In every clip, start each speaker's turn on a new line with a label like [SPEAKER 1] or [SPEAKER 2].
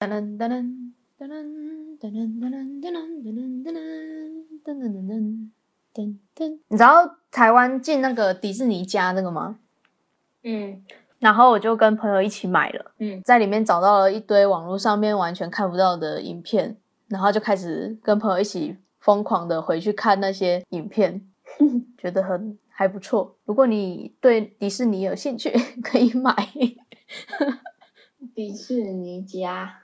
[SPEAKER 1] 噔噔噔噔噔噔噔噔噔噔噔噔噔噔噔噔噔噔噔噔。你知道台湾进那个迪士尼家那个吗？
[SPEAKER 2] 嗯
[SPEAKER 1] 然后我就跟朋友一起买了，
[SPEAKER 2] 嗯，
[SPEAKER 1] 在里面找到了一堆网络上面完全看不到的影片，然后就开始跟朋友一起疯狂的回去看那些影 片，觉得很还不错。如果你对迪士尼有兴趣，可以买。
[SPEAKER 2] 迪士尼家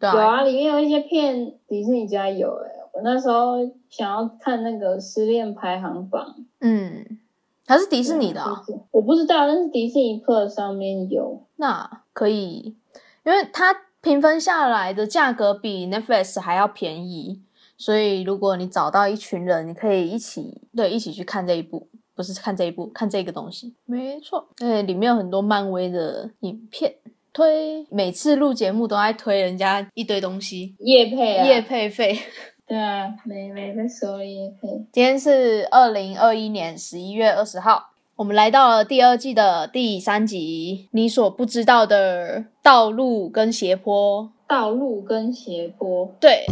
[SPEAKER 1] 对
[SPEAKER 2] 有
[SPEAKER 1] 啊，
[SPEAKER 2] 啊，里面有一些片迪士尼家有诶、我那时候想要看那个失恋排行榜，
[SPEAKER 1] 嗯，它是迪士尼的、啊，
[SPEAKER 2] 就是我不知道，但是迪士尼 Plus 上面有，
[SPEAKER 1] 那可以，因为它平分下来的价格比 Netflix 还要便宜，所以如果你找到一群人，你可以一起对一起去看这一部，不是看这一部，看这个东西。没错，对，里面有很多漫威的影片推，每次录节目都爱推人家一堆东西，
[SPEAKER 2] 叶配啊，
[SPEAKER 1] 业配费。
[SPEAKER 2] 对啊，每每个收了叶配，
[SPEAKER 1] 今天是二零二一年十一月二十号，我们来到了第二季的第三集，你所不知道的道路跟斜坡。
[SPEAKER 2] 道路跟斜坡，
[SPEAKER 1] 对，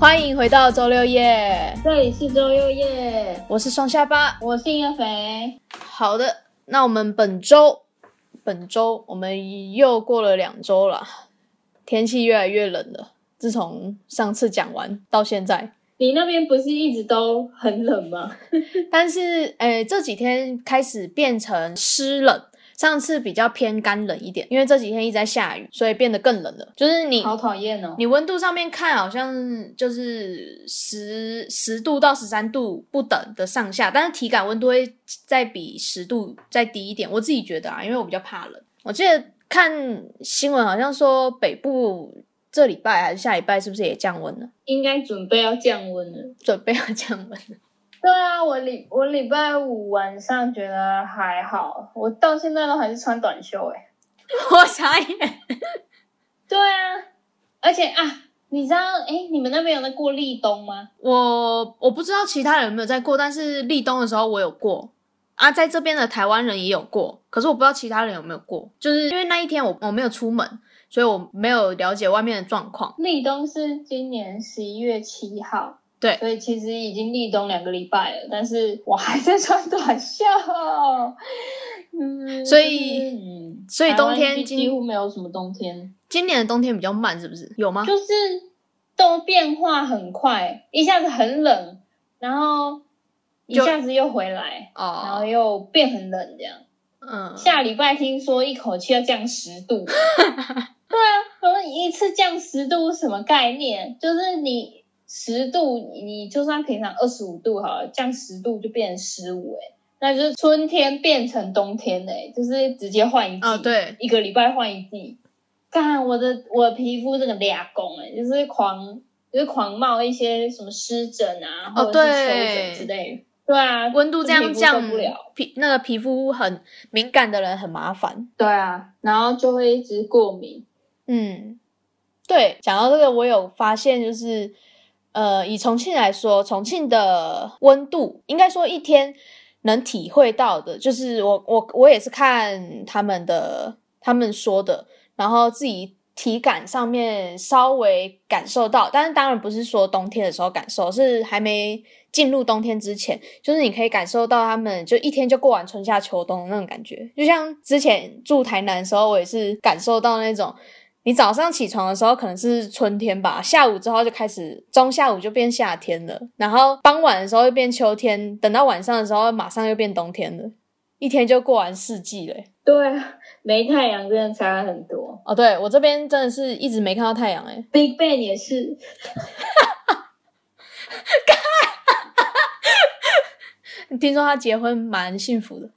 [SPEAKER 1] 欢迎回到周六夜，
[SPEAKER 2] 这里是周六夜，
[SPEAKER 1] 我是双下巴。
[SPEAKER 2] 我是叶肥，
[SPEAKER 1] 好的，那我们本周，本周我们又过了两周了，天气越来越冷了。自从上次讲完到现在，
[SPEAKER 2] 你那边不是一直都很冷吗？
[SPEAKER 1] 但是，诶、这几天开始变成湿冷。上次比较偏干冷一点，因为这几天一直在下雨，所以变得更冷了。就是你，
[SPEAKER 2] 好讨厌哦，
[SPEAKER 1] 你温度上面看好像就是十十度到十三度不等的上下，但是体感温度会再比十度再低一点。我自己觉得啊，因为我比较怕冷。我记得看新闻好像说北部这礼拜还是下礼拜是不是也降温了？
[SPEAKER 2] 应该准备要降温了。
[SPEAKER 1] 准备要降温了。
[SPEAKER 2] 对啊，我礼我礼拜五晚上觉得还好，我到现在都还是穿短袖哎、
[SPEAKER 1] 我傻眼。
[SPEAKER 2] 对啊，而且啊，你知道哎、你们那边有在过立冬吗？
[SPEAKER 1] 我我不知道其他人有没有在过，但是立冬的时候我有过啊，在这边的台湾人也有过，可是我不知道其他人有没有过，就是因为那一天我我没有出门，所以我没有了解外面的状况。
[SPEAKER 2] 立冬是今年十一月七号，
[SPEAKER 1] 对
[SPEAKER 2] 所以其实已经立冬两个礼拜了，但是我还在穿短袖，嗯，
[SPEAKER 1] 所以
[SPEAKER 2] 就是嗯
[SPEAKER 1] 所以冬天
[SPEAKER 2] 台湾
[SPEAKER 1] 今
[SPEAKER 2] 几乎没有什么冬天，
[SPEAKER 1] 今年的冬天比较慢，是不是？有吗？
[SPEAKER 2] 就是都变化很快，一下子很冷，然后一
[SPEAKER 1] 就
[SPEAKER 2] 下子又回来，然后
[SPEAKER 1] 哦，
[SPEAKER 2] 又变很冷这样。
[SPEAKER 1] 嗯，
[SPEAKER 2] 下礼拜听说一口气要降十 度，对啊，我们一次降十度是什么概念？就是你十度，你就算平常二十五度好了，降十度就变成十五哎，那就是春天变成冬天嘞、欸就是直接换一季。
[SPEAKER 1] 哦，对，
[SPEAKER 2] 一个礼拜换一季。干，我的我的皮肤这个俩公哎，就是狂就是狂冒一些什么湿疹啊，
[SPEAKER 1] 哦
[SPEAKER 2] 或者是丘疹之类的。对啊，
[SPEAKER 1] 温度这样降
[SPEAKER 2] 皮肤受不了，
[SPEAKER 1] 皮那个皮肤很敏感的人很麻烦。
[SPEAKER 2] 对啊，然后就会一直过敏。
[SPEAKER 1] 嗯，对，讲到这个，我有发现，就是呃，以重庆来说，重庆的温度应该说一天能体会到的，就是我我我也是看他们的他们说的，然后自己体感上面稍微感受到，但是当然不是说冬天的时候感受，是还没进入冬天之前，就是你可以感受到他们就一天就过完春夏秋冬的那种感觉。就像之前住台南的时候，我也是感受到那种。你早上起床的时候可能是春天吧，下午之后就开始中下午就变夏天了，然后傍晚的时候又变秋天，等到晚上的时候马上又变冬天了，一天就过完四季了欸、
[SPEAKER 2] 对啊，没太阳真的差很多。
[SPEAKER 1] 哦，对我这边真的是一直没看到太阳诶、欸
[SPEAKER 2] Big Bang 也是，
[SPEAKER 1] 听说他结婚蛮幸福的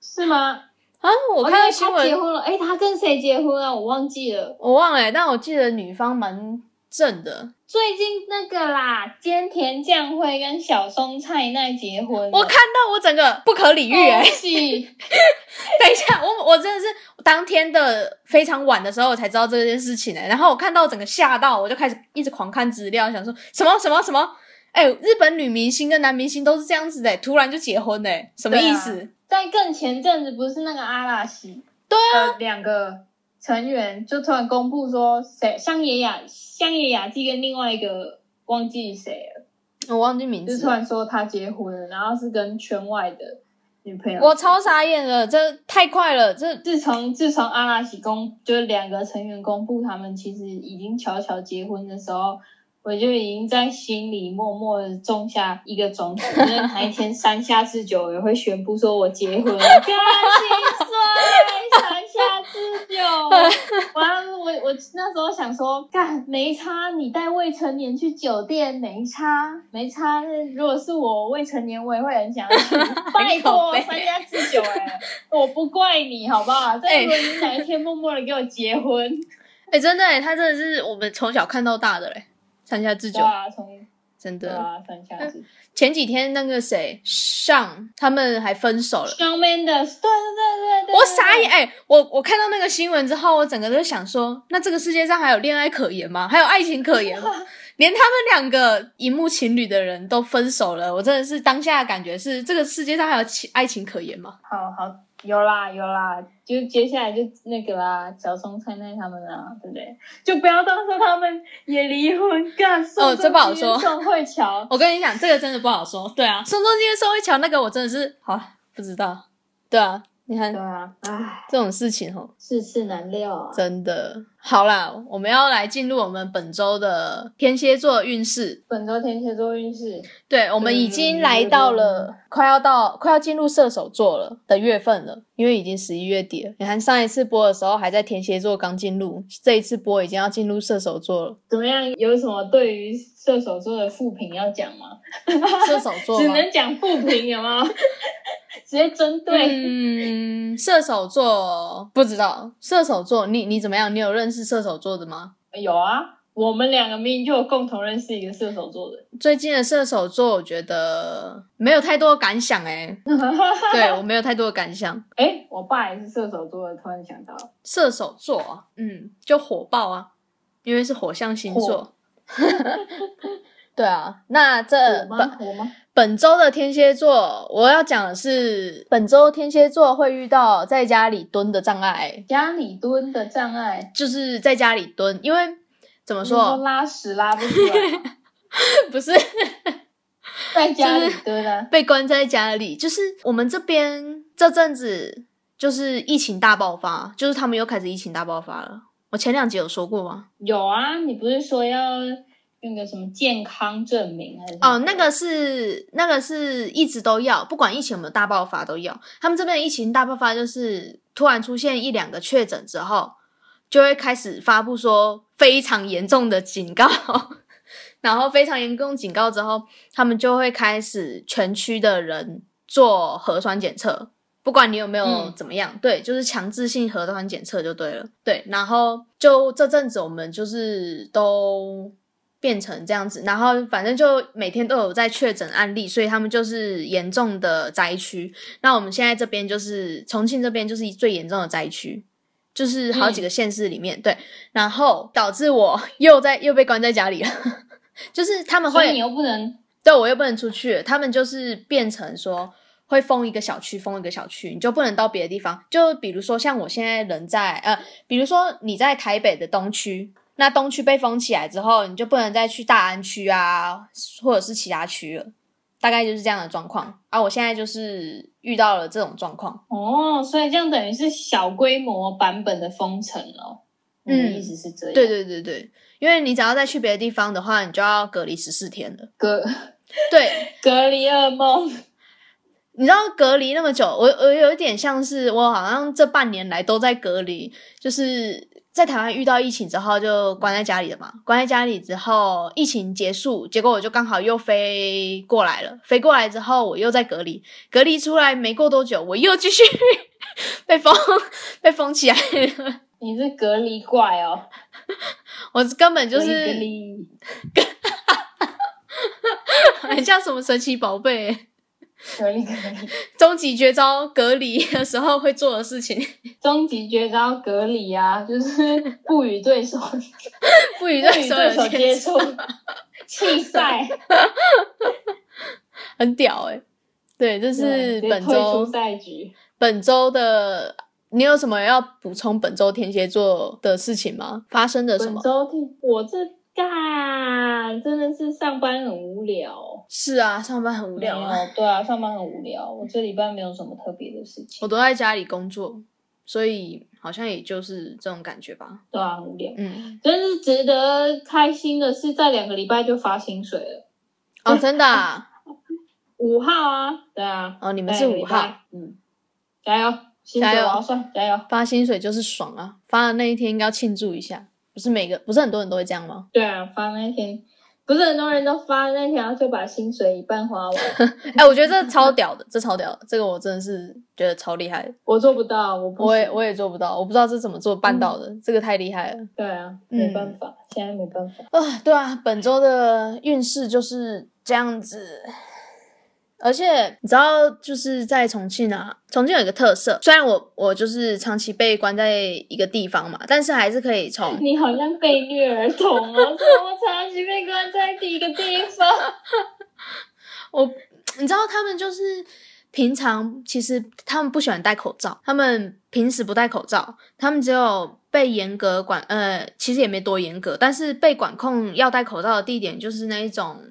[SPEAKER 2] 是吗？
[SPEAKER 1] 啊！我看到新
[SPEAKER 2] 哦
[SPEAKER 1] 闻，
[SPEAKER 2] 因为他结婚了，哎，他跟谁结婚啊？我忘记了。
[SPEAKER 1] 我忘了、欸，但我记得女方蛮正的。
[SPEAKER 2] 最近那个啦，菅田将晖跟小松菜奈结婚了，
[SPEAKER 1] 我看到我整个不可理喻哎、
[SPEAKER 2] 恭 喜！
[SPEAKER 1] 等一下，我我真的是当天的非常晚的时候我才知道这欸件事情哎、然后我看到我整个吓到，我就开始一直狂看资料，想说什么什么什么，哎、哎、日本女明星跟男明星都是这样子的，欸突然就结婚嘞，什么
[SPEAKER 2] 对啊
[SPEAKER 1] 意思？
[SPEAKER 2] 在更前阵子不是那个阿拉西，
[SPEAKER 1] 对
[SPEAKER 2] 啊，两个成员就突然公布说谁香野雅香野雅纪跟另外一个忘记谁了，
[SPEAKER 1] 啊我忘记名
[SPEAKER 2] 就
[SPEAKER 1] 字
[SPEAKER 2] 突
[SPEAKER 1] 了。
[SPEAKER 2] 然说他结婚了，然后是跟圈外的女朋友。
[SPEAKER 1] 我超傻眼了，这太快了，这
[SPEAKER 2] 自从自从阿拉西公就是两个成员公布他们其实已经悄悄结婚的时候，我就已经在心里默默的种下一个种子，因为哪一天山下智久也会宣布说我结婚，干心碎，山下智久，我要我我那时候想说，干没差，你带未成年去酒店没差没差，如果是我未成年，我也会很想去，拜
[SPEAKER 1] 靠
[SPEAKER 2] 托
[SPEAKER 1] 北
[SPEAKER 2] 山下智久、哎。我不怪你，好不好？但
[SPEAKER 1] 哎
[SPEAKER 2] 如果你哪一天默默的给我结 婚，
[SPEAKER 1] 哎、真的哎，他真的是我们从小看到大的嘞，山下智久
[SPEAKER 2] 对啊，从
[SPEAKER 1] 真
[SPEAKER 2] 对
[SPEAKER 1] 的。
[SPEAKER 2] 啊，三下子。
[SPEAKER 1] 前几天那个谁上他们还分手了，
[SPEAKER 2] Shawn Mendes，对对对对对，
[SPEAKER 1] 我傻眼哎、我我看到那个新闻之后，我整个就想说，那这个世界上还有恋爱可言吗？还有爱情可言 吗？连他们两个荧幕情侣的人都分手了，我真的是当下的感觉是，这个世界上还有情爱情可言吗？
[SPEAKER 2] 好好有啦有啦，就接下来就那个啦，小松菜奈他们啦，对不对？就不要到时候他们也离婚，干
[SPEAKER 1] 哦这不好说
[SPEAKER 2] 宋慧乔，
[SPEAKER 1] 我跟你讲，这个真的不好说。对啊，宋仲基跟宋慧乔那个，我真的是好不知道。对啊，你看
[SPEAKER 2] 对啊，唉，
[SPEAKER 1] 这种事情吼，
[SPEAKER 2] 世事难料啊。
[SPEAKER 1] 真的好啦，我们要来进入我们本周的天蝎座运势。
[SPEAKER 2] 本周天蝎座运势，
[SPEAKER 1] 对，我们已经来到了快要到快要进入射手座了的月份了，因为已经十一月底了。你看上一次播的时候还在天蝎座刚进入，这一次播已经要进入射手座 了。
[SPEAKER 2] 怎么样？有什么对于射手座的负评要讲吗？
[SPEAKER 1] 射手座
[SPEAKER 2] 只
[SPEAKER 1] 吗？
[SPEAKER 2] 能讲负评，有吗？直接针对、
[SPEAKER 1] 嗯，射手座不知道，射手座你你怎么样？你有认识射手座的吗？
[SPEAKER 2] 有啊，我们两个明明就有共同认识一个射手座的，
[SPEAKER 1] 最近的射手座，我觉得没有太多的感想 诶、对我没有太多的感想。
[SPEAKER 2] 哎、我爸也是射手座的，突然想到
[SPEAKER 1] 射手座啊，嗯，就火爆啊，因为是火 象星座
[SPEAKER 2] 火。
[SPEAKER 1] 对啊，那这
[SPEAKER 2] 火吗？
[SPEAKER 1] 本
[SPEAKER 2] 火吗？
[SPEAKER 1] 本周的天蝎座，我要讲的是，本周天蝎座会遇到在家里蹲的障碍，
[SPEAKER 2] 家里蹲的障碍，
[SPEAKER 1] 就是在家里蹲，因为怎么
[SPEAKER 2] 我
[SPEAKER 1] 说，
[SPEAKER 2] 拉屎拉不出来，
[SPEAKER 1] 不是
[SPEAKER 2] 在家里蹲啊，
[SPEAKER 1] 被关在家里，就是我们这边这阵子就是疫情大爆发，就是他们又开始疫情大爆发了。我前两集有说过吗？
[SPEAKER 2] 有啊，你不是说要用个什么健康证明还是什么
[SPEAKER 1] 哦，那个是那个是一直都要，不管疫情有没有大爆发都要。他们这边的疫情大爆发就是突然出现一两个确诊之后，就会开始发布说非常严重的警告， 然后非常严重警告之后，他们就会开始全区的人做核酸检测，不管你有没有
[SPEAKER 2] 嗯
[SPEAKER 1] 怎么样，对，就是强制性核酸检测就对了。对，然后就这阵子我们就是都变成这样子，然后反正就每天都有在确诊案例，所以他们就是严重的灾区。那我们现在这边就是重庆这边就是最严重的灾区。就是好
[SPEAKER 2] 嗯
[SPEAKER 1] 几个县市里面，对，然后导致我 又在又被关在家里了， 就是他们
[SPEAKER 2] 所
[SPEAKER 1] 会
[SPEAKER 2] 以你又不能
[SPEAKER 1] 对我又不能出去，他们就是变成说会封一个小区，封一个小区，你就不能到别的地方。就比如说像我现在人在呃，比如说你在台北的东区，那东区被封起来之后，你就不能再去大安区啊，或者是其他区了。大概就是这样的状况啊！我现在就是遇到了这种状况，
[SPEAKER 2] 哦，所以这样等于是小规模版本的封城哦。你的
[SPEAKER 1] 嗯
[SPEAKER 2] 意思是这样？
[SPEAKER 1] 对对对对，因为你只要再去别的地方的话，你就要隔离十四天了。
[SPEAKER 2] 隔
[SPEAKER 1] 对，
[SPEAKER 2] 隔离噩梦，
[SPEAKER 1] 你知道隔离那么久，我我有一点像是我好像这半年来都在隔离，就是在台湾遇到疫情之后就关在家里了嘛，关在家里之后疫情结束，结果我就刚好又飞过来了，飞过来之后我又在隔离，隔离出来没过多久我又继续 被封被封起来了，
[SPEAKER 2] 你是隔离怪哦，
[SPEAKER 1] 我根本就
[SPEAKER 2] 隔
[SPEAKER 1] 是
[SPEAKER 2] 离
[SPEAKER 1] 很像什么神奇宝贝
[SPEAKER 2] 隔离隔离，
[SPEAKER 1] 终极绝招隔离的时候会做的事情，
[SPEAKER 2] 终极绝招隔离啊，就是不与对手
[SPEAKER 1] 不与
[SPEAKER 2] 不与
[SPEAKER 1] 对手
[SPEAKER 2] 对手
[SPEAKER 1] 有
[SPEAKER 2] 接
[SPEAKER 1] 接触。
[SPEAKER 2] 触，气 晒，
[SPEAKER 1] 很屌哎、对，这是
[SPEAKER 2] 对
[SPEAKER 1] 本
[SPEAKER 2] 退出
[SPEAKER 1] 周
[SPEAKER 2] 赛局。
[SPEAKER 1] 本周的。你有什么要补充本周天蝎座的事情吗？发生了什
[SPEAKER 2] 本
[SPEAKER 1] 么？
[SPEAKER 2] 周天，我这干真的是上班很无聊，
[SPEAKER 1] 是啊，上班很无聊啊
[SPEAKER 2] 没，有。对啊，上班很无聊。我这礼拜没有什么特别的事情
[SPEAKER 1] 我，都在家里工作，所以好像也就是这种感觉吧。
[SPEAKER 2] 对啊，很无聊。
[SPEAKER 1] 嗯，
[SPEAKER 2] 但是值得开心的是，在两个礼拜就发薪水了。
[SPEAKER 1] 哦，真的、啊，
[SPEAKER 2] 五号啊，对啊，
[SPEAKER 1] 哦，你们是五号，，
[SPEAKER 2] 嗯，加油，薪水
[SPEAKER 1] 加油
[SPEAKER 2] 我要算，加油，
[SPEAKER 1] 发薪水就是爽啊！发的那一天应该要庆祝一下，不是每个不是很多人都会这样吗？
[SPEAKER 2] 对啊，发那天，不是很多人都发那天，然后就把薪水一半 花完，
[SPEAKER 1] 哎、我觉得这超屌的， 这超屌的，这个我真的是觉得超厉害的，
[SPEAKER 2] 我做不到，我不
[SPEAKER 1] 我也
[SPEAKER 2] 行
[SPEAKER 1] 我也做不到，我不知道这怎么做办到
[SPEAKER 2] 嗯
[SPEAKER 1] 的，这个太厉害了。
[SPEAKER 2] 对啊，
[SPEAKER 1] 嗯
[SPEAKER 2] 没办法，现在没办法，
[SPEAKER 1] 啊，对啊，本周的运势就是这样子。而且你知道，就是在重庆啊，重庆有一个特色，虽然我我就是长期被关在一个地方嘛，但是还是可以从
[SPEAKER 2] 你好像被虐儿童 哦，怎么长期被关在一个地方？
[SPEAKER 1] 我，你知道他们就是平常其实他们不喜欢戴口罩，他们平时不戴口罩，他们只有被严格管，呃，其实也没多严格，但是被管控要戴口罩的地点就是那一种。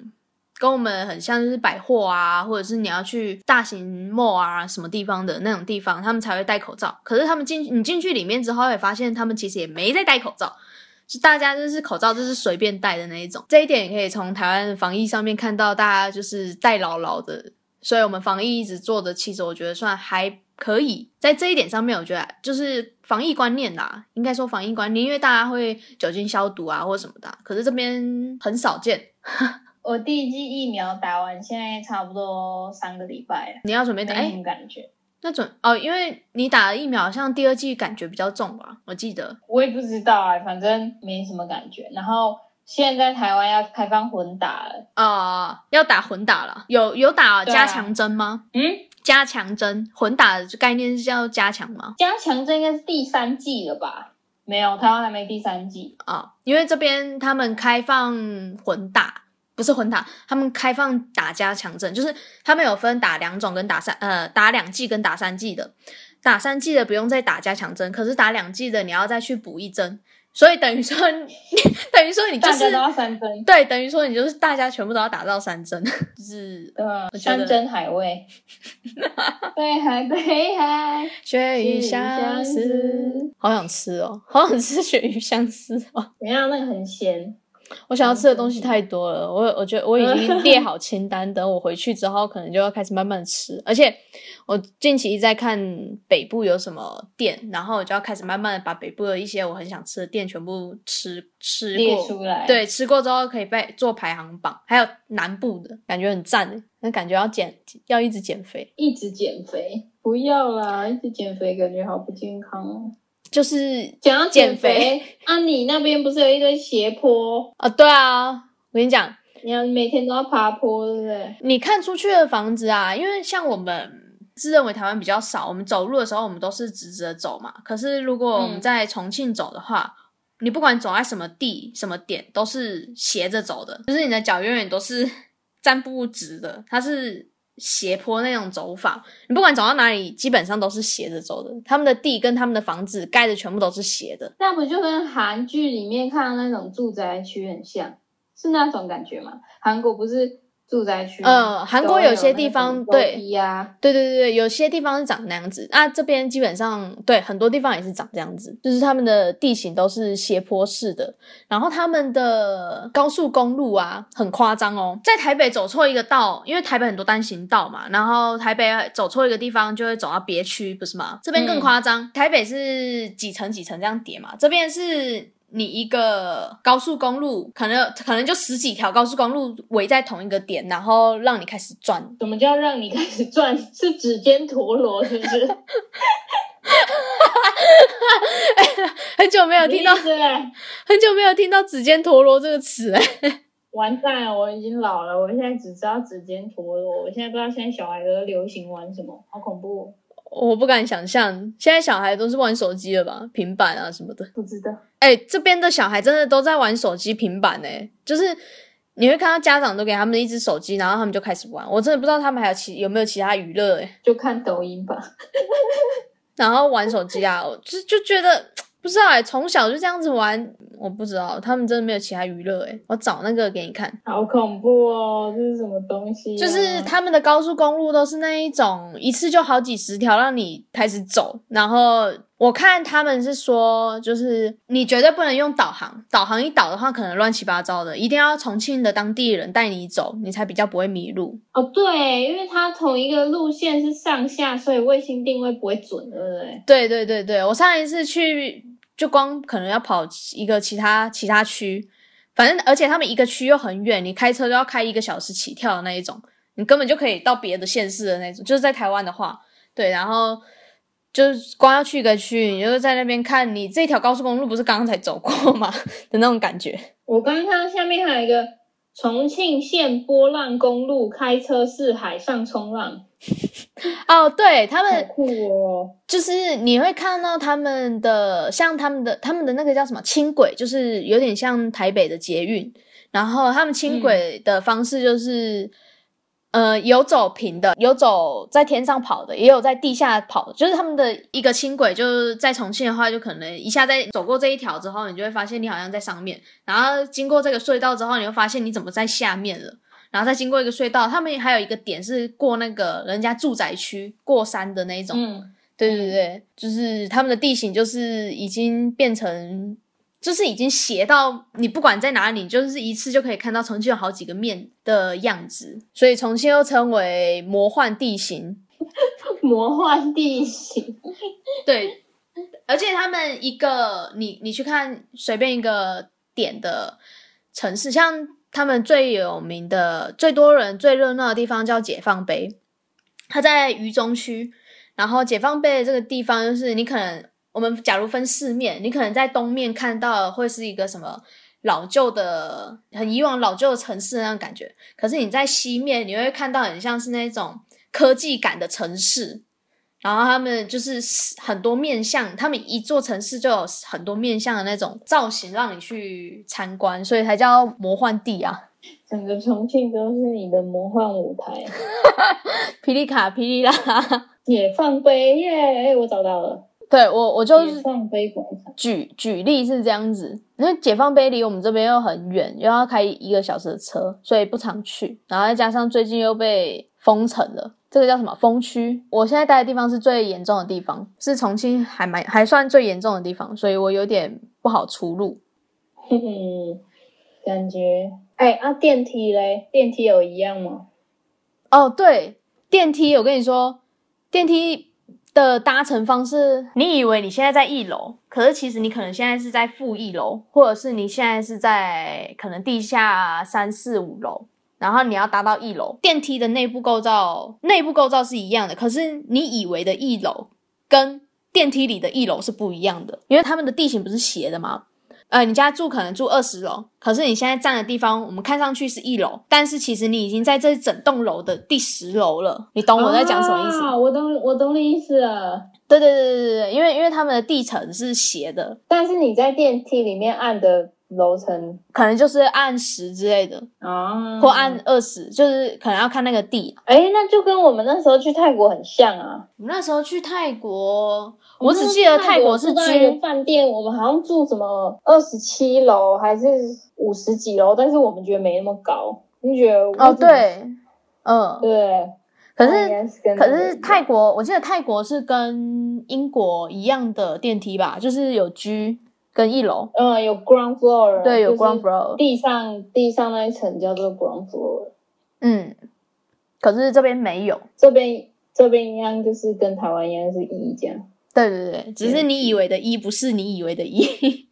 [SPEAKER 1] 跟我们很像，就是百货啊，或者是你要去大型 mall 啊，什么地方的那种地方，他们才会戴口罩。可是他们进你进去里面之后，会发现他们其实也没在戴口罩，就大家就是口罩就是随便戴的那一种，这一点也可以从台湾的防疫上面看到，大家就是戴牢牢的，所以我们防疫一直做的，其实我觉得算还可以，在这一点上面，我觉得就是防疫观念啦，应该说防疫观念，因为大家会酒精消毒啊或什么的啊、可是这边很少见，
[SPEAKER 2] 我第一剂疫苗打完，现在差不多三个礼拜了，
[SPEAKER 1] 你要准备打哎、
[SPEAKER 2] 没什么感觉。
[SPEAKER 1] 那准哦，因为你打了疫苗，好像第二季感觉比较重吧，我记得
[SPEAKER 2] 我也不知道啊，反正没什么感觉。然后现在台湾要开放混打了，
[SPEAKER 1] 啊、呃要打混打了，有有打
[SPEAKER 2] 对啊
[SPEAKER 1] 加强针吗？
[SPEAKER 2] 嗯，
[SPEAKER 1] 加强针混打的概念是叫加强吗？
[SPEAKER 2] 加强这应该是第三季了吧？没有，台湾还没第三季。
[SPEAKER 1] 啊、因为这边他们开放混打，不是混打，他们开放打加强针，就是他们有分打两种跟打三呃打两剂跟打三剂的，打三剂的不用再打加强针，可是打两剂的你要再去补一针，所以等于说 你等于说你就
[SPEAKER 2] 大家
[SPEAKER 1] 是
[SPEAKER 2] 都要三针，
[SPEAKER 1] 对，等于说你就是大家全部都要打到三针， 就是
[SPEAKER 2] 对吧？
[SPEAKER 1] 嗯觉得
[SPEAKER 2] 山珍 海味，对海对海，
[SPEAKER 1] 鳕鱼
[SPEAKER 2] 鱼
[SPEAKER 1] 香
[SPEAKER 2] 香
[SPEAKER 1] 丝
[SPEAKER 2] 丝，
[SPEAKER 1] 好想吃哦， 好想吃鳕鱼香丝哦。
[SPEAKER 2] 怎样？那个很咸，
[SPEAKER 1] 我想要吃的东西太多了，我我觉得我已 经列好清单，等我回去之后可能就要开始慢慢吃。而且我近期一直在看北部有什么店，然后我就要开始慢慢的把北部的一些我很想吃的店全部吃吃
[SPEAKER 2] 列
[SPEAKER 1] 过。
[SPEAKER 2] 出来。，
[SPEAKER 1] 对，吃过之后可以被做排行榜，还有南部的感觉很赞耶，那感觉要减要一直减肥，
[SPEAKER 2] 一直减肥，不要啦，一直减肥感觉好不健康哦。
[SPEAKER 1] 就是
[SPEAKER 2] 讲到
[SPEAKER 1] 减
[SPEAKER 2] 减肥，啊，你那边不是有一堆斜坡？
[SPEAKER 1] 啊，对啊，我跟你讲，
[SPEAKER 2] 你要每天都要爬坡，对不对？
[SPEAKER 1] 你看出去的房子啊，因为像我们自认为台湾比较少，我们走路的时候我们都是直直的走嘛。可是如果我们
[SPEAKER 2] 嗯
[SPEAKER 1] 在重庆走的话，你不管走在什么地、什么点，都是斜着走的，就是你的脚永远都是 站不直的，它是斜坡那种走法。你不管走到哪里，基本上都是斜着走的。他们的地跟他们的房子盖的全部都是斜的。
[SPEAKER 2] 那不就跟韩剧里面看到那种住宅区很像，是那种感觉吗？韩国不是住宅区吗，
[SPEAKER 1] 呃韩国有些地方对
[SPEAKER 2] 呀、
[SPEAKER 1] 对对对对，有些地方是长那样子，那、这边基本上对很多地方也是长这样子，就是他们的地形都是斜坡式的，然后他们的高速公路啊很夸张哦，在台北走错一个道，因为台北很多单行道嘛，然后台北走错一个地方就会走到别区，不是吗？这边更夸张，台北是几层几层这样叠嘛，这边是。你一个高速公路，可能可能就十几条高速公路围在同一个点，然后让你开始转
[SPEAKER 2] 怎么叫让你开始转？是指尖陀螺是 不是？
[SPEAKER 1] 很久没有听到，
[SPEAKER 2] 对对，
[SPEAKER 1] 很久没有听到“指尖陀螺”这个词哎、
[SPEAKER 2] 完蛋了，我已经老了，我现在只知道指尖陀螺，我现在不知道现在小孩都流行玩什么，好恐怖 哦、
[SPEAKER 1] 我不敢想象，现在小孩都是玩手机了吧，平板啊什么的。
[SPEAKER 2] 不知道。
[SPEAKER 1] 欸哎、这边的小孩真的都在玩手机、平板哎、就是你会看到家长都给他们一只手机，然后他们就开始玩。我真的不知道他们还有其有没有其他娱乐诶、
[SPEAKER 2] 就看抖音吧。
[SPEAKER 1] 然后玩手机啊，我就就觉得不知道诶、欸从小就这样子玩，我不知道他们真的没有其他娱乐诶、我找那个给你看，
[SPEAKER 2] 好恐怖哦！这是什么东西啊、
[SPEAKER 1] 就是他们的高速公路都是那一种一次就好几十条让你开始走，然后我看他们是说，就是你绝对不能用导航，导航一导的话可能乱七八糟的，一定要重庆的当地人带你走，你才比较不会迷路。
[SPEAKER 2] 哦，对，因为它同一个路线是上下，所以卫星定位不会准，对不对？
[SPEAKER 1] 对对对对，我上一次去就光可能要跑一个其他其他区，反正而且他们一个区又很远，你开车都要开一个小时起跳的那一种，你根本就可以到别的县市的那种。就是在台湾的话，对，然后就是光要去一个区，你就在那边看你这条高速公路不是刚刚才走过吗 的那种感觉。
[SPEAKER 2] 我刚刚看到下面还有一个重庆县波浪公路开车式海上冲浪，
[SPEAKER 1] 哦，对他
[SPEAKER 2] 好
[SPEAKER 1] 们
[SPEAKER 2] 酷哦！
[SPEAKER 1] 就是你会看到他们的，像他们的他们的那个叫什么轻轨，就是有点像台北的捷运，然后他们轻轨的方式就是，呃，有走平的，有走在天上跑的，也有在地下跑的，就是他们的一个轻轨，就是在重庆的话，就可能一下在走过这一条之后，你就会发现你好像在上面，然后经过这个隧道之后，你会发现你怎么在下面了。然后再经过一个隧道，他们还有一个点是过那个人家住宅区过山的那一种，
[SPEAKER 2] 嗯，
[SPEAKER 1] 对对对，就是他们的地形就是已经变成，就是已经斜到你不管在哪里，你就是一次就可以看到重庆有好几个面的样子，所以重庆又称为魔幻地形。
[SPEAKER 2] 魔幻地形，
[SPEAKER 1] 对，而且他们一个你你去看随便一个点的城市，像他们最有名的、最多人、最热闹的地方叫解放碑，它在渝中区。然后解放碑的这个地方，就是你可能我们假如分四面，你可能在东面看到的会是一个什么老旧的、很以往老旧的城市那种感觉，可是你在西面，你会看到很像是那种科技感的城市。然后他们就是很多面向，他们一座城市就有很多面向的那种造型让你去参观，所以才叫魔幻地啊！
[SPEAKER 2] 整个重庆都是你的魔幻舞台。
[SPEAKER 1] 霹雳卡、霹雳啦，
[SPEAKER 2] 解放碑耶！哎我找到了，
[SPEAKER 1] 对我我就
[SPEAKER 2] 解放碑广场。
[SPEAKER 1] 举举例是这样子，因为解放碑离我们这边又很远，又要开一个小时的车，所以不常去。然后再加上最近又被封城了，这个叫什么封区？我现在待的地方是最严重的地方，是重庆还蛮还算最严重的地方，所以我有点不好出入。
[SPEAKER 2] 哼哼，感觉哎啊，电梯嘞，电梯有一样吗？
[SPEAKER 1] 哦，对，电梯，我跟你说，电梯的搭乘方式，你以为你现在在一楼，可是其实你可能现在是在负一楼，或者是你现在是在可能地下三四五楼。然后你要搭到一楼，电梯的内部构造内部构造是一样的，可是你以为的一楼跟电梯里的一楼是不一样的，因为它们的地形不是斜的嘛。呃，你家住可能住二十楼，可是你现在站的地方，我们看上去是一楼，但是其实你已经在这整栋楼的第十楼了。你哦懂我在讲什么意思？
[SPEAKER 2] 啊、我懂，我懂你意思了。
[SPEAKER 1] 对对对对对，因为因为他们的地层是斜的，
[SPEAKER 2] 但是你在电梯里面按的楼层
[SPEAKER 1] 可能就是按十之类的，
[SPEAKER 2] 啊
[SPEAKER 1] 或按二十，就是可能要看那个地。啊
[SPEAKER 2] 哎，那就跟我们那时候去泰国很像啊。
[SPEAKER 1] 我们那时候去泰国，我只记得泰国是
[SPEAKER 2] 住到一个
[SPEAKER 1] 居，
[SPEAKER 2] 饭店，我们好像住什么二十七楼还是五十几楼，但是我们觉得没那么高，你觉得？
[SPEAKER 1] 哦，对，嗯，
[SPEAKER 2] 对，
[SPEAKER 1] 可
[SPEAKER 2] 那应
[SPEAKER 1] 是
[SPEAKER 2] 该是跟
[SPEAKER 1] 可
[SPEAKER 2] 那个
[SPEAKER 1] 是
[SPEAKER 2] 一样
[SPEAKER 1] 泰国，我记得泰国是跟英国一样的电梯吧，就是有 G 跟一楼，
[SPEAKER 2] 嗯有 ground floor，
[SPEAKER 1] 对，有
[SPEAKER 2] 就是
[SPEAKER 1] ground floor，
[SPEAKER 2] 地上地上那一层叫做 ground floor，
[SPEAKER 1] 嗯，可是这边没有，
[SPEAKER 2] 这边这边一样就是跟台湾一样是一这样。
[SPEAKER 1] 对对对，只是你以为的一不是你以为的一，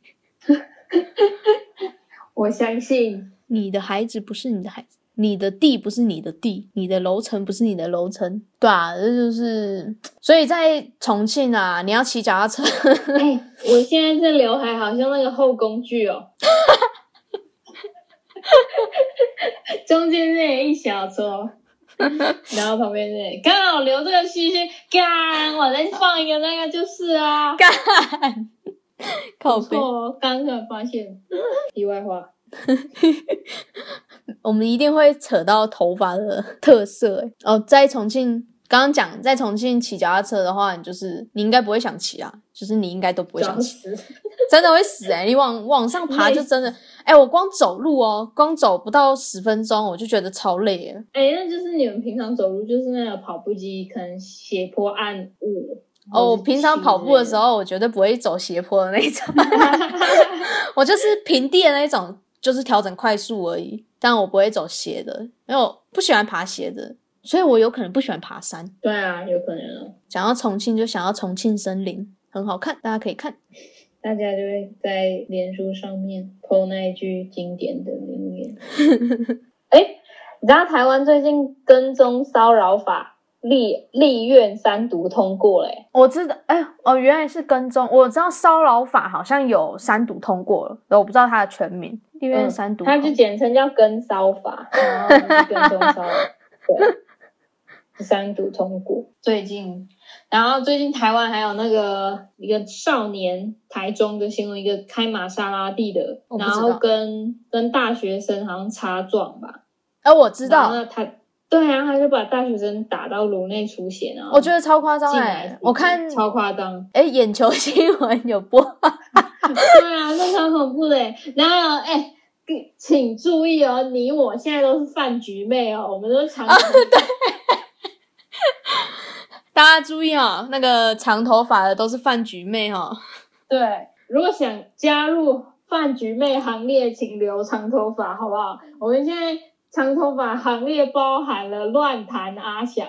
[SPEAKER 2] 我相信
[SPEAKER 1] 你的孩子不是你的孩子，你的地不是你的地，你的楼层不是你的楼层，对啊，这就是，所以在重庆啊，你要骑脚踏车，
[SPEAKER 2] 哎、我现在这刘海好像那个后宫剧 哦，中间那一小撮，然后旁边那刚好留这个须须，干，我再放一个那个就是啊，
[SPEAKER 1] 干，靠
[SPEAKER 2] 不
[SPEAKER 1] 背
[SPEAKER 2] 错。哦，刚才发现。题外话，
[SPEAKER 1] 我们一定会扯到头发的特色、欸。哦，在重庆，刚刚讲在重庆骑脚踏车的话，你就是你应该不会想骑啊，就是你应该都不会想
[SPEAKER 2] 装
[SPEAKER 1] 骑，
[SPEAKER 2] 死。
[SPEAKER 1] 真的会死哎、欸！你往往上爬就真的，哎、我光走路哦，光走不到十分钟，我就觉得超累了。
[SPEAKER 2] 哎、那就是你们平常走路就是那个跑步机，可能斜坡暗物。
[SPEAKER 1] 哦，我平常跑步的时
[SPEAKER 2] 候。
[SPEAKER 1] 候，我绝对不会走斜坡的那一种， 我就是平地的那一种，就是调整快速而已。但我不会走斜的，因为我不喜欢爬斜的，所以我有可能不喜欢爬山。
[SPEAKER 2] 对啊，有可能哦。
[SPEAKER 1] 想要重庆就想要重庆森林，很好看，大家可以看。
[SPEAKER 2] 大家就会在脸书上面 po 那一句经典的名言。 哎、你知道台湾最近跟踪骚扰法立立院三读通过欸嘞、
[SPEAKER 1] 我知道，哎、哦，原来是跟踪。我知道骚扰法好像有三读通过了，我不知道它的全名。立院三读、
[SPEAKER 2] 它就简称叫跟骚法，然后是跟踪骚扰， 对，三读通过。最近，然后最近台湾还有那个一个少年台中的新闻，一个开玛莎拉蒂的，
[SPEAKER 1] 我不
[SPEAKER 2] 然
[SPEAKER 1] 知道
[SPEAKER 2] 后跟跟大学生好像擦撞吧，
[SPEAKER 1] 哎、我知
[SPEAKER 2] 然后
[SPEAKER 1] 道，
[SPEAKER 2] 他，对啊，他就把大学生打到颅内出血啊，然后
[SPEAKER 1] 我觉得超夸张
[SPEAKER 2] 进
[SPEAKER 1] 哎、
[SPEAKER 2] 来
[SPEAKER 1] 我看，
[SPEAKER 2] 超夸张
[SPEAKER 1] 哎、眼球新闻有播。
[SPEAKER 2] 对啊，那超恐怖的欸，然后哎。请注意哦，你我现在都是饭局妹哦，我们都是常常
[SPEAKER 1] 大家注意哦，那个长头发的都是饭局妹哦。
[SPEAKER 2] 对，如果想加入饭局妹行列，请留长头发，好不好？我们现在长头发行列包含了乱弹阿翔，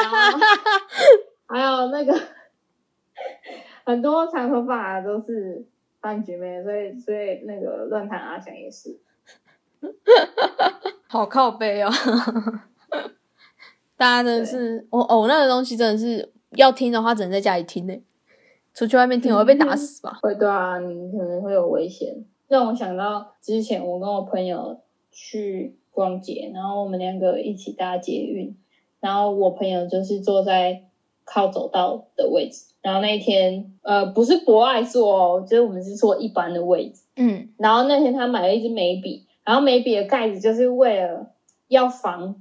[SPEAKER 2] 然后还有那个很多长头发都是饭局妹，所以所以那个乱弹阿翔也是。
[SPEAKER 1] 好靠背哦。 大家真的是，我偶那个东西真的是要听的话，只能在家里听呢、出去外面听我会被打死吧？
[SPEAKER 2] 会对啊，你可能会有危险。让我想到之前我跟我朋友去逛街，然后我们两个一起搭捷运，然后我朋友就是坐在靠走道的位置，然后那一天呃不是博爱座哦，就是我们是坐一般的位置，
[SPEAKER 1] 嗯，
[SPEAKER 2] 然后那天他买了一支眉笔，然后眉笔的盖子就是为了要防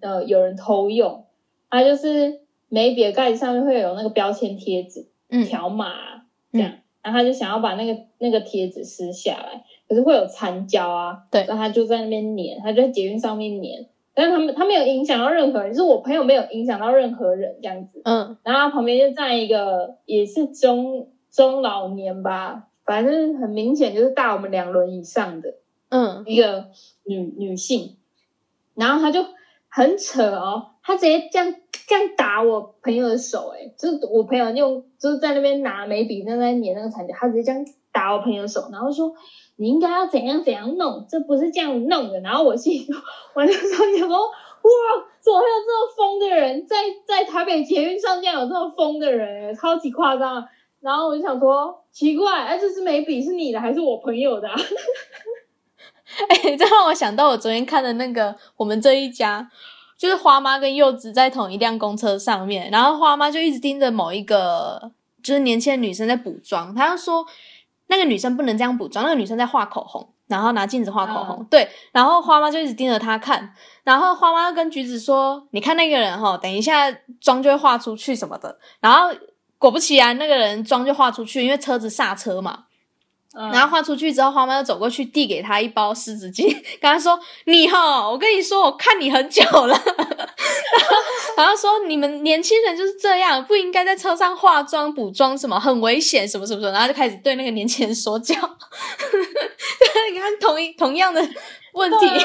[SPEAKER 2] 呃有人偷用，它就是眉笔的盖子上面会有那个标签贴纸，
[SPEAKER 1] 嗯
[SPEAKER 2] 条码啊这样，然后他就想要把那个那个贴纸撕下来，可是会有残胶啊，
[SPEAKER 1] 对
[SPEAKER 2] 然后他就在那边粘，他就在捷运上面粘，但是他们他没有影响到任何人，就是我朋友没有影响到任何人这样子，
[SPEAKER 1] 嗯，
[SPEAKER 2] 然后他旁边就站一个也是中中老年吧，反正很明显就是大我们两轮以上的
[SPEAKER 1] 嗯，
[SPEAKER 2] 一个女女性，然后她就很扯哦，她直接这样这样打我朋友的手、欸，就是我朋友用就是在那边拿眉笔在那边粘那个残角，她直接这样打我朋友的手，然后说你应该要怎样怎样弄，这不是这样弄的。然后我心里就 我那时候想说，哇，怎么会有这么疯的人，在在台北捷运上竟然有这么疯的人、欸，超级夸张啊。然后我就想说，奇怪，哎、这支眉笔是你的还是我朋友的、啊？
[SPEAKER 1] 哎、这让我想到我昨天看的那个我们这一家。就是花妈跟柚子在同一辆公车上面，然后花妈就一直盯着某一个就是年轻的女生在补妆，她就说那个女生不能这样补妆，那个女生在画口红，然后拿镜子画口红，对，然后花妈就一直盯着她看，然后花妈跟橘子说：“你看那个人哈，等一下妆就会画出去什么的。”然后果不其然，那个人妆就画出去，因为车子刹车嘛，
[SPEAKER 2] 嗯
[SPEAKER 1] 然后画出去之后，花妈又走过去递给他一包湿纸巾，跟他说：“你哈，我跟你说，我看你很久了。” 然后，然后说你们年轻人就是这样，不应该在车上化妆、补妆什么，很危险，什么什么什么。然后就开始对那个年轻人说教。 对，你看同一同样的问题，
[SPEAKER 2] 啊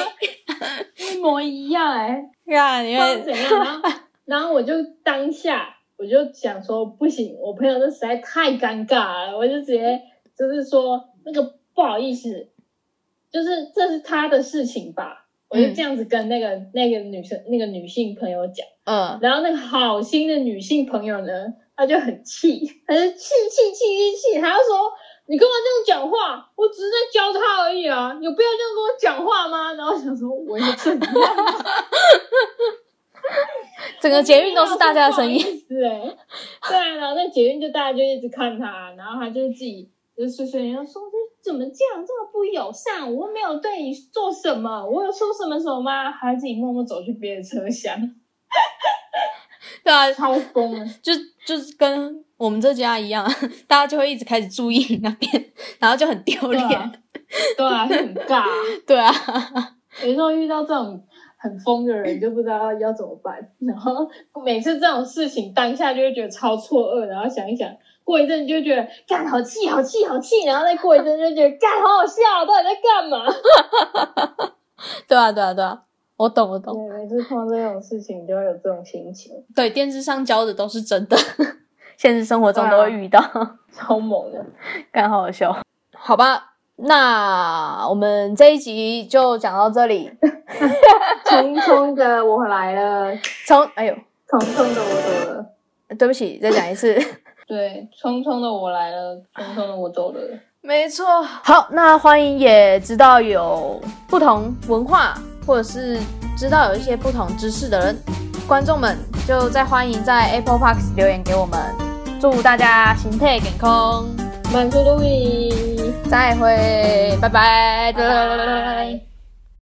[SPEAKER 2] 一模一样哎、
[SPEAKER 1] 看因
[SPEAKER 2] 不知道
[SPEAKER 1] 为
[SPEAKER 2] 怎样。然后，然后我就当下我就想说，不行，我朋友这实在太尴尬了，我就直接就是说那个不好意思，就是这是他的事情吧。我就这样子跟那个、那个女生那个女性朋友讲，
[SPEAKER 1] 嗯，
[SPEAKER 2] 然后那个好心的女性朋友呢，她就很气，她就气气气气气，她就说你干嘛这样讲话？我只是在教他而已啊，有必要这样跟我讲话吗？然后我想说我也怎样啊
[SPEAKER 1] 整
[SPEAKER 2] 哦
[SPEAKER 1] 个捷运都是大家的声音。
[SPEAKER 2] 是哎、对啊，然后那捷运就大家就一直看他，然后他就自己就是碎碎念说这怎么这样，这么不友善，我又没有对你做什么，我有说什么什么吗？还自己默默走去别的车厢，
[SPEAKER 1] 对啊，
[SPEAKER 2] 超疯了。
[SPEAKER 1] 就就是跟我们这家一样，大家就会一直开始注意你那边，然后就很丢
[SPEAKER 2] 对
[SPEAKER 1] 脸
[SPEAKER 2] 啊。对啊，很尬。
[SPEAKER 1] 对啊，
[SPEAKER 2] 有时候遇到这种很疯的人，就不知道要怎么办。然后每次这种事情当下就会觉得超错愕，然后想一想，过一阵就觉得干好气，好气，好气，然后再过一阵就觉得干好好笑，到底在干嘛？
[SPEAKER 1] 对啊，对啊，对啊，我懂，我懂。
[SPEAKER 2] 对，每次碰到这种事情就会有这种心情，
[SPEAKER 1] 对，电视上教的都是真的， 啊现实生活中都会遇到，
[SPEAKER 2] 超猛 的。
[SPEAKER 1] 干、好好笑。好吧，那我们这一集就讲到这里。
[SPEAKER 2] 匆匆的我来了，
[SPEAKER 1] 从哎呦，
[SPEAKER 2] 匆匆的我走了。
[SPEAKER 1] 对不起，再讲一次。
[SPEAKER 2] 对，匆匆的我来了，匆匆的我走了。
[SPEAKER 1] 没错。好，那欢迎也知道有不同文化，或者是知道有一些不同知识的人，观众们就再欢迎在 Apple Park 留言给我们。祝大家心态健康，
[SPEAKER 2] 满足的你，
[SPEAKER 1] 再会，拜拜。
[SPEAKER 2] 拜拜。